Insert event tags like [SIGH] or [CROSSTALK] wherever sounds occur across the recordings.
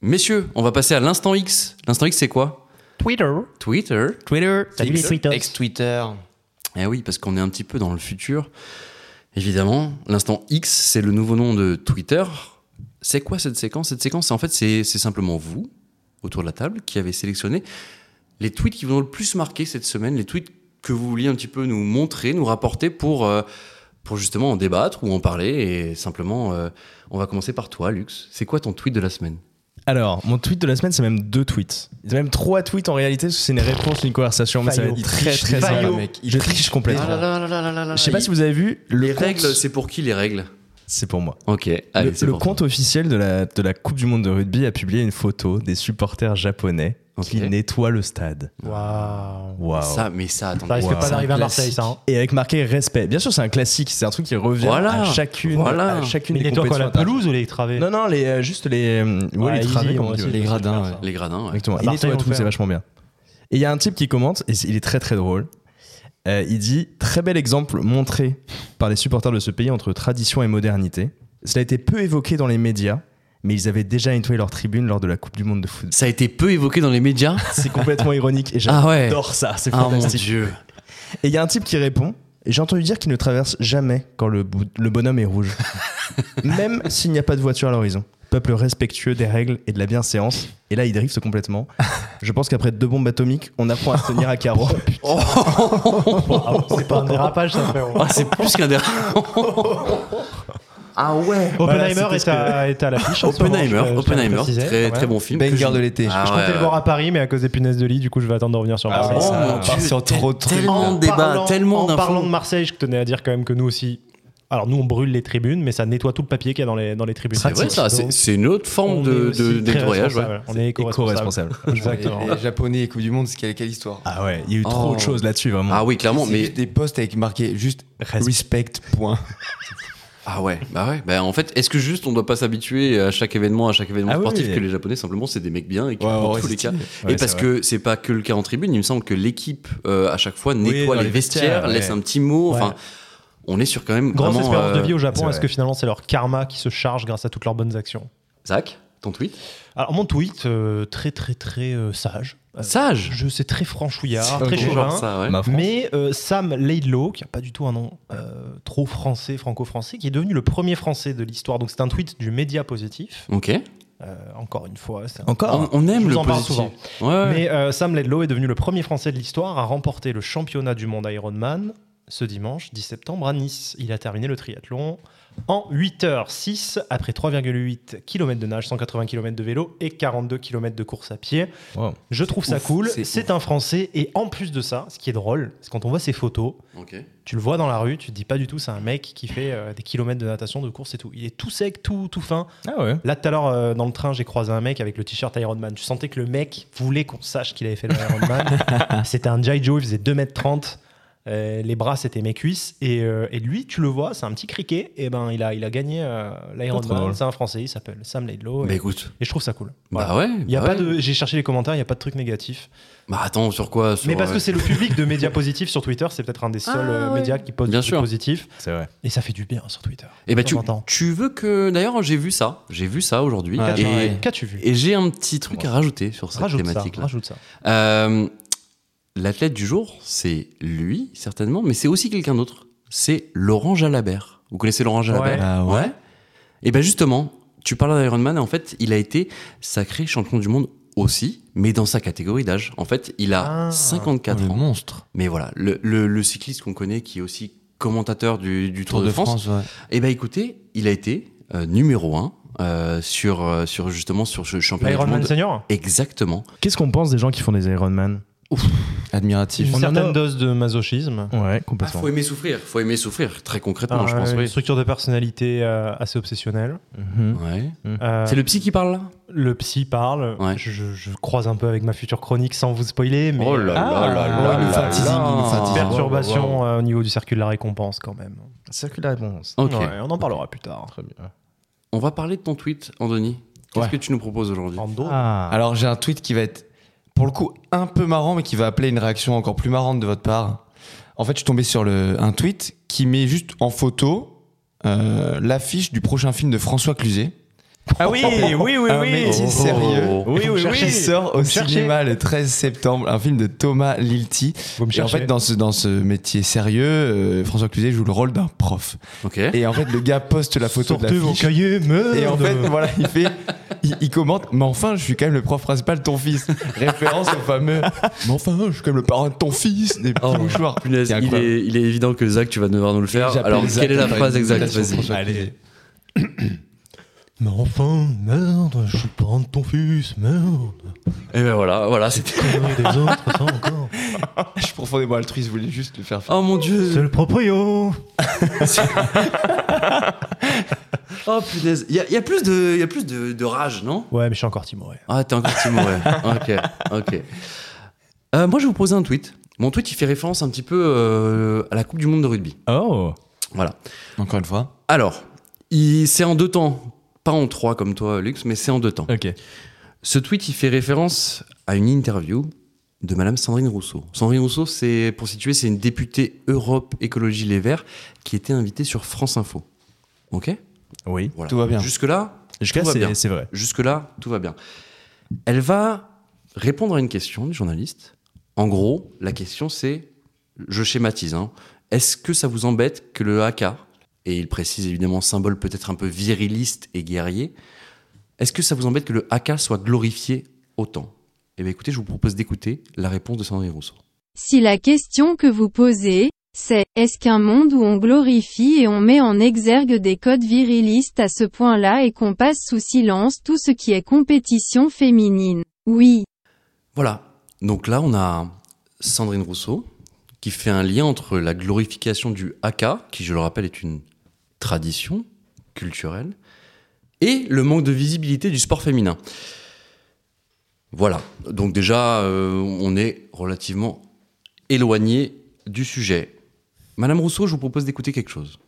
Messieurs, on va passer à l'instant X. L'instant X, c'est quoi Twitter. Twitter. Twitter. Salut les X, Twitter. Ex-Twitter. Eh oui, parce qu'on est un petit peu dans le futur. Évidemment, l'instant X, c'est le nouveau nom de Twitter. C'est quoi cette séquence Cette séquence, en fait, c'est c'est simplement vous, autour de la table, qui avez sélectionné les tweets qui vous ont le plus marqué cette semaine, les tweets que vous vouliez un petit peu nous montrer, nous rapporter pour, euh, pour justement en débattre ou en parler. Et simplement, euh, on va commencer par toi, Lux. C'est quoi ton tweet de la semaine Alors, mon tweet de la semaine, c'est même deux tweets. C'est même trois tweets en réalité, parce que c'est une réponse, une conversation, mais ça va Fayot. être très triche, très Fayot. simple, mec. Je triche complètement. Ah Je sais pas si vous avez vu le Les compte- règles, c'est pour qui les règles C'est pour moi. Ok, allez, le c'est le pour toi. compte officiel de la, de la Coupe du Monde de rugby a publié une photo des supporters japonais Ok. qui nettoient le stade. Waouh. Waouh. Ça, mais ça, attendez. Ça risque Wow. pas C'est d'arriver un à Marseille, ça. hein. Et avec marqué respect. Bien sûr, c'est un classique, c'est un truc qui revient Voilà. à chacune, Voilà. à chacune Mais des nettoie quoi, la compétitions pelouse ou les travées Non, non, les, euh, juste les, euh, ouais, Ouais, les easy, travées, on comme on va dit, essayer de- ouais. Les gradins, Super, ça. ouais. les gradins, ouais. Exactement. À Il Marseille, nettoie on tout, le fait, c'est hein. vachement bien. Et il y a un type qui commente, et c'est- il est très très drôle. Euh, il dit Très bel exemple montré par les supporters de ce pays entre tradition et modernité. Cela a été peu évoqué dans les médias, mais ils avaient déjà nettoyé leur tribune lors de la Coupe du Monde de foot. Ça a été peu évoqué dans les médias. [LAUGHS] C'est complètement ironique et Ah ouais. j'adore ça, c'est Ah mon fantastique. dieu. et il y a un type qui répond Et J'ai entendu dire qu'il ne traverse jamais quand le, bou- le bonhomme est rouge, [LAUGHS] même s'il n'y a pas de voiture à l'horizon. Peuple respectueux des règles et de la bienséance. Et là, il drift complètement. [LAUGHS] Je pense qu'après deux bombes atomiques, on apprend à se tenir à carreau. Ah, c'est pas un dérapage, ça, [LAUGHS] frérot. Ah, c'est plus qu'un dernier. ah ouais. Oppenheimer Voilà, c'était est, à, est à l'affiche. en ce moment, Oppenheimer, je- je tiens à le Oppenheimer, préciser, très, quand très même. bon film. Banger que je- de l'été. Ah Je comptais ouais, le voir à Paris, mais à cause des punaises de lit, du coup, je vais attendre de revenir sur Ah Marseille. ouais, Oh ça mon part Dieu, sur trop, tel- trop- tellement de débats, Ah, parlant- tellement En parlant de d'infos. Marseille, je tenais à dire quand même que nous aussi. Alors, nous, on brûle les tribunes, mais ça nettoie tout le papier qu'il y a dans les, dans les tribunes. C'est vrai ça, c'est c'est une autre forme de, de nettoyage. ouais. On est Oh, éco-responsable. responsable Exactement. [LAUGHS] Les Japonais et Coupe du Monde, c'est quelle, quelle histoire Ah ouais, il y a eu Oh. trop de choses là-dessus, vraiment. Ah oui, clairement, C'est mais juste des posts avec marqué juste Respect. respect, point. ah ouais, bah ouais. Bah en fait, est-ce que juste on doit pas s'habituer à chaque événement, à chaque événement Ah oui, sportif oui. que les Japonais simplement c'est des mecs bien et que Ouais, dans ouais, tous les cas. stylé. Ouais, et parce c'est que c'est pas que le cas en tribune, il me semble que l'équipe euh, à chaque fois nettoie dans les les vestiaires, vestiaires, ouais. laisse un petit mot. Enfin, Ouais. on est sur quand même Grosse vraiment, espérance de euh, vie au c'est Japon. vrai. Est-ce que finalement, c'est leur karma qui se charge grâce à toutes leurs bonnes actions Zach, ton tweet Alors, mon tweet, euh, très, très, très euh, sage. Euh, Sage. Je sais, très franchouillard, C'est très ok. chauvin. Genre ça, ouais. Ma France. Mais euh, Sam Laidlow, qui n'a pas du tout un nom euh, trop français, franco-français, qui est devenu le premier français de l'histoire. Donc c'est un tweet du média positif. Ok. Euh, encore une fois, c'est un- Encore on, on aime je vous le en parle positif. Ouais, ouais. Mais euh, Sam Laidlow est devenu le premier français de l'histoire à remporter le championnat du monde Ironman ce dimanche 10 septembre à Nice. Il a terminé le triathlon en 8h06 après 3,8 km de nage, 180 km de vélo et 42 km de course à pied. Wow. Je trouve ça Ouf, cool. c'est C'est un français et en plus de ça, ce qui est drôle, c'est quand on voit ses photos, Ok. tu le vois dans la rue, tu te dis pas du tout, c'est un mec qui fait euh, des kilomètres de natation, de course et tout. Il est tout sec, tout, tout fin. Ah ouais. Là, tout à l'heure, euh, dans le train, j'ai croisé un mec avec le t-shirt Ironman. Tu sentais que le mec voulait qu'on sache qu'il avait [LAUGHS] fait l'Ironman. c'était un G.I. Joe, il faisait 2m30. euh, les bras, c'était mes cuisses. Et, euh, et lui, tu le vois, c'est un petit criquet. Et ben, il a, il a gagné euh, Pas trop l'Ironman. drôle. C'est un français, il s'appelle Sam Laidlow. Bah Et, écoute, et je trouve ça cool. Voilà. bah ouais. Il y a bah pas ouais. de, j'ai cherché les commentaires, il n'y a pas de truc négatif. Bah attends, sur quoi sur, Mais parce euh, que c'est le public [LAUGHS] de médias positifs sur Twitter, c'est peut-être un des seuls euh, médias qui pose Bien des trucs sûr. positifs. C'est vrai. Et ça fait du bien sur Twitter. Eh ben de tu, temps en temps. tu veux que. D'ailleurs, j'ai vu ça. J'ai vu ça aujourd'hui. Ouais, Ah, et pareil. Qu'as-tu vu et j'ai un petit truc à rajouter sur cette Rajoute ça, thématique-là. rajoute ça. Euh, L'athlète du jour, c'est lui, certainement, mais c'est aussi quelqu'un d'autre. C'est Laurent Jalabert. Vous connaissez Laurent Jalabert Ah ouais. Et ben justement, tu parles d'Ironman, et en fait, il a été sacré champion du monde aussi, mais dans sa catégorie d'âge. En fait, il a Ah. 54 ans. monstre. Mais voilà, le, le- le cycliste qu'on connaît, qui est aussi commentateur du, du Tour, de, France, eh ben écoutez, il a été euh, numéro 1 sur, euh, sur justement sur ce championnat du L'Ironman monde. Senior Exactement. Qu'est-ce qu'on pense des gens qui font des Ironman Admiratif. Une On en certaine a- dose de masochisme. Ouais, Il Ah, complètement. faut aimer souffrir, faut aimer souffrir, très concrètement, Ah, je Euh, pense. une Oui. structure de personnalité euh, assez obsessionnelle. Mhm. Ouais. Euh, C'est le psy qui parle là le psy parle. Ouais. Je, je- je croise un peu avec ma future chronique sans vous spoiler, mais Ah, Ah, là là là Oh là là. Wow, wow, perturbation euh, au niveau du circuit de la récompense quand même. Circuit de la réponse. Ok. Ouais, on en parlera plus tard. Très bien. On va parler de ton tweet, Anthony. Qu'est-ce Ouais. que tu nous proposes aujourd'hui En dos. Ah. Alors j'ai un tweet qui va être pour le coup un peu marrant mais qui va appeler une réaction encore plus marrante de votre part. En fait, je suis tombé sur le, un tweet qui met juste en photo euh, l'affiche du prochain film de François Cluzet. Ah oui, oui, oui, oui. un métier sérieux. Oui, Et oui, qui oui. sort Vous au me cherchez. cinéma le 13 septembre, un film de Thomas Lilti. Vous me Et en cherchez. fait, dans ce, dans ce métier sérieux, euh, François Cluzet joue le rôle d'un prof. Ok. Et en fait, le gars poste la photo de Sortez la vos fiche. cahiers, merde. Et en fait, voilà, il fait. Il, il commente, mais enfin, je suis quand même le prof principal de [LAUGHS] ton fils. Référence au fameux. Mais enfin, je suis quand même le parent de ton fils, des petits Oh, mouchoirs. Punaise, C'est il incroyable. est, il est évident que Zach, tu vas devoir nous le faire. J'appelle Alors, Zach quelle est la pour phrase une exacte imitation de Vas-y. François Allez. Cluzet. Mais enfin, merde, je suis le parent de ton fils, merde. Et ben voilà, voilà, c'était. [LAUGHS] Connerie des autres, ça encore. Je suis profondément altruiste, je voulais juste le faire faire. Oh mon dieu! C'est le proprio. [LAUGHS] Oh punaise! Il y, a- il y a plus de, il y a plus de, de rage, non? Ouais, mais je suis encore timoré. Ah, t'es encore timoré. ok, ok. Euh, moi, je vais vous poser un tweet. Mon tweet, il fait référence un petit peu euh, à la Coupe du Monde de rugby. Oh Voilà. Encore une fois. Alors, il- c'est en deux temps. Pas en trois comme toi, Lux, mais c'est en deux temps. Ok. Ce tweet, il fait référence à une interview de Madame Sandrine Rousseau. Sandrine Rousseau, c'est pour situer, c'est une députée Europe Écologie Les Verts qui était invitée sur France Info. Ok Oui. Voilà. Tout va bien. Jusque là, Jusqu'à Tout va c'est- bien. c'est vrai. Jusque-là, tout va bien. Elle va répondre à une question du journaliste. En gros, la question c'est, je schématise, hein, est-ce que ça vous embête que le AK, et il précise évidemment symbole peut-être un peu viriliste et guerrier, est-ce que ça vous embête que le AK soit glorifié autant Eh bien écoutez, je vous propose d'écouter la réponse de Sandrine Rousseau. Si la question que vous posez, c'est, est-ce qu'un monde où on glorifie et on met en exergue des codes virilistes à ce point-là et qu'on passe sous silence tout ce qui est compétition féminine Oui. Voilà. Donc là, on a Sandrine Rousseau qui fait un lien entre la glorification du haka, qui je le rappelle est une tradition culturelle, et le manque de visibilité du sport féminin. Voilà. Donc déjà, euh, on est relativement éloigné du sujet. Madame Rousseau, je vous propose d'écouter quelque chose.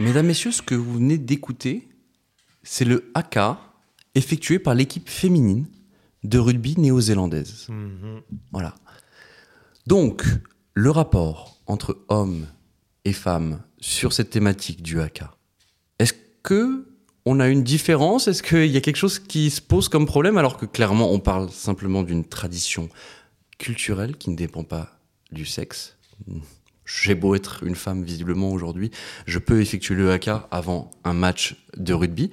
Mesdames, Messieurs, ce que vous venez d'écouter, c'est le haka effectué par l'équipe féminine de rugby néo-zélandaise. Mhm. Voilà. Donc, le rapport entre hommes et femmes sur cette thématique du haka, est-ce que on a une différence Est-ce qu'il y a quelque chose qui se pose comme problème alors que clairement on parle simplement d'une tradition culturelle qui ne dépend pas du sexe J'ai beau être une femme visiblement aujourd'hui, je peux effectuer le haka avant un match de rugby.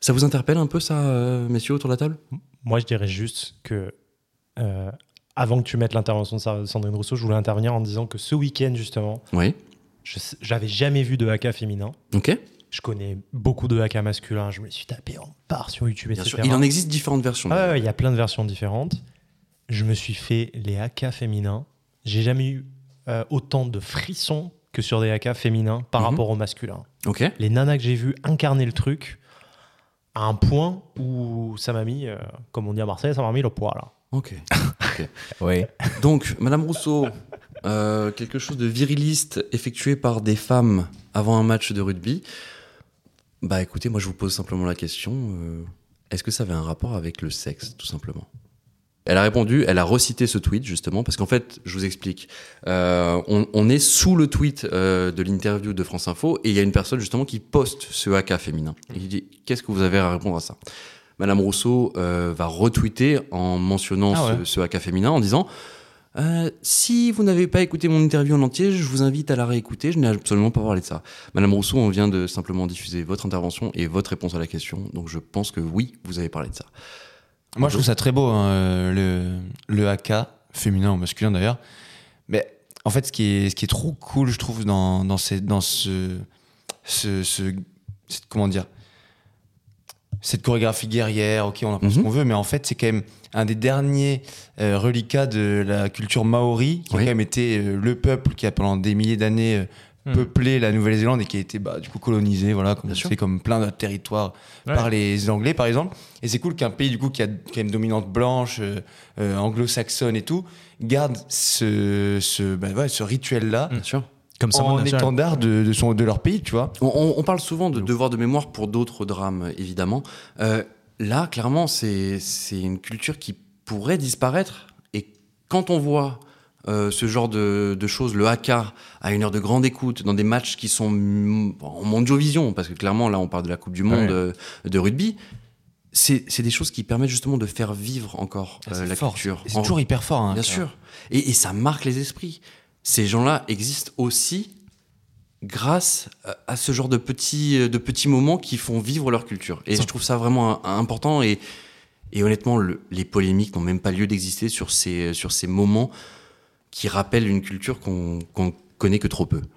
Ça vous interpelle un peu ça, euh, messieurs, autour de la table Moi, je dirais juste que, euh, avant que tu mettes l'intervention de Sa- Sandrine Rousseau, je voulais intervenir en disant que ce week-end, justement, Oui. je sais- j'avais jamais vu de haka féminin. Ok. Je connais beaucoup de haka masculin. Je me suis tapé en part sur YouTube, Bien etc. sûr. Il en existe différentes versions. Ah ouais, il y a plein de versions différentes. Je me suis fait les haka féminins. J'ai jamais eu euh, autant de frissons que sur des haka féminins par Mhm. rapport au masculin. Ok. Les nanas que j'ai vues incarner le truc à un point où ça m'a mis, euh, comme on dit à Marseille, ça m'a mis le hein. poids là. Ok. Oui. Donc, Madame Rousseau, euh, quelque chose de viriliste effectué par des femmes avant un match de rugby. Bah écoutez, moi je vous pose simplement la question euh, est-ce que ça avait un rapport avec le sexe, tout simplement Elle a répondu, elle a recité ce tweet justement, parce qu'en fait, je vous explique. euh, on, on est sous le tweet euh, de l'interview de France Info et il y a une personne justement qui poste ce haka féminin. Et il dit qu'est-ce que vous avez à répondre à ça Madame Rousseau euh, va retweeter en mentionnant Ah ouais. ce, ce haka féminin en disant euh, si vous n'avez pas écouté mon interview en entier, je vous invite à la réécouter. Je n'ai absolument pas parlé de ça. Madame Rousseau, on vient de simplement diffuser votre intervention et votre réponse à la question. Donc je pense que oui, vous avez parlé de ça. Moi, je trouve ça très beau, hein, euh, le, le AK, féminin ou masculin d'ailleurs. Mais en fait, ce qui est, ce qui est trop cool, je trouve, dans, dans, ces- dans ce, ce, ce- cette- Comment dire Cette chorégraphie guerrière, ok, on en pense Mhm. qu'on veut, mais en fait, c'est quand même un des derniers euh, reliquats de la culture maori, qui Oui. a quand même été euh, le peuple qui a pendant des milliers d'années. euh, Mhm. peuplé la Nouvelle-Zélande et qui a été bah, du coup colonisé voilà comme Bien on sûr. sait, comme plein d'autres territoires Ouais. par les Anglais par exemple et c'est cool qu'un pays, du coup, qui a quand même dominante blanche, euh, euh, anglo-saxonne et tout, garde ce, ce, bah, ouais, ce rituel-là Bien sûr. Comme ça, en on a- étendard de, de son, de leur pays, tu vois. On, on- on parle souvent de devoir de mémoire pour d'autres drames, évidemment. Euh, là, clairement, c'est c'est une culture qui pourrait disparaître. Et quand on voit euh, ce genre de, de choses, le haka à une heure de grande écoute, dans des matchs qui sont mm, en mondiovision, parce que clairement, là, on parle de la Coupe du Monde Ouais. euh, de rugby, c'est c'est des choses qui permettent justement de faire vivre encore euh, Ah, c'est la fort. culture. Et C'est En- toujours hyper fort. hein, Bien ça. sûr. Et, et ça marque les esprits. Ces gens-là existent aussi grâce à- à ce genre de petits, de petits moments qui font vivre leur culture. Et je trouve ça vraiment un- important. Et, et honnêtement, le- les polémiques n'ont même pas lieu d'exister sur ces, sur ces moments qui rappellent une culture qu'on qu'on connaît que trop peu.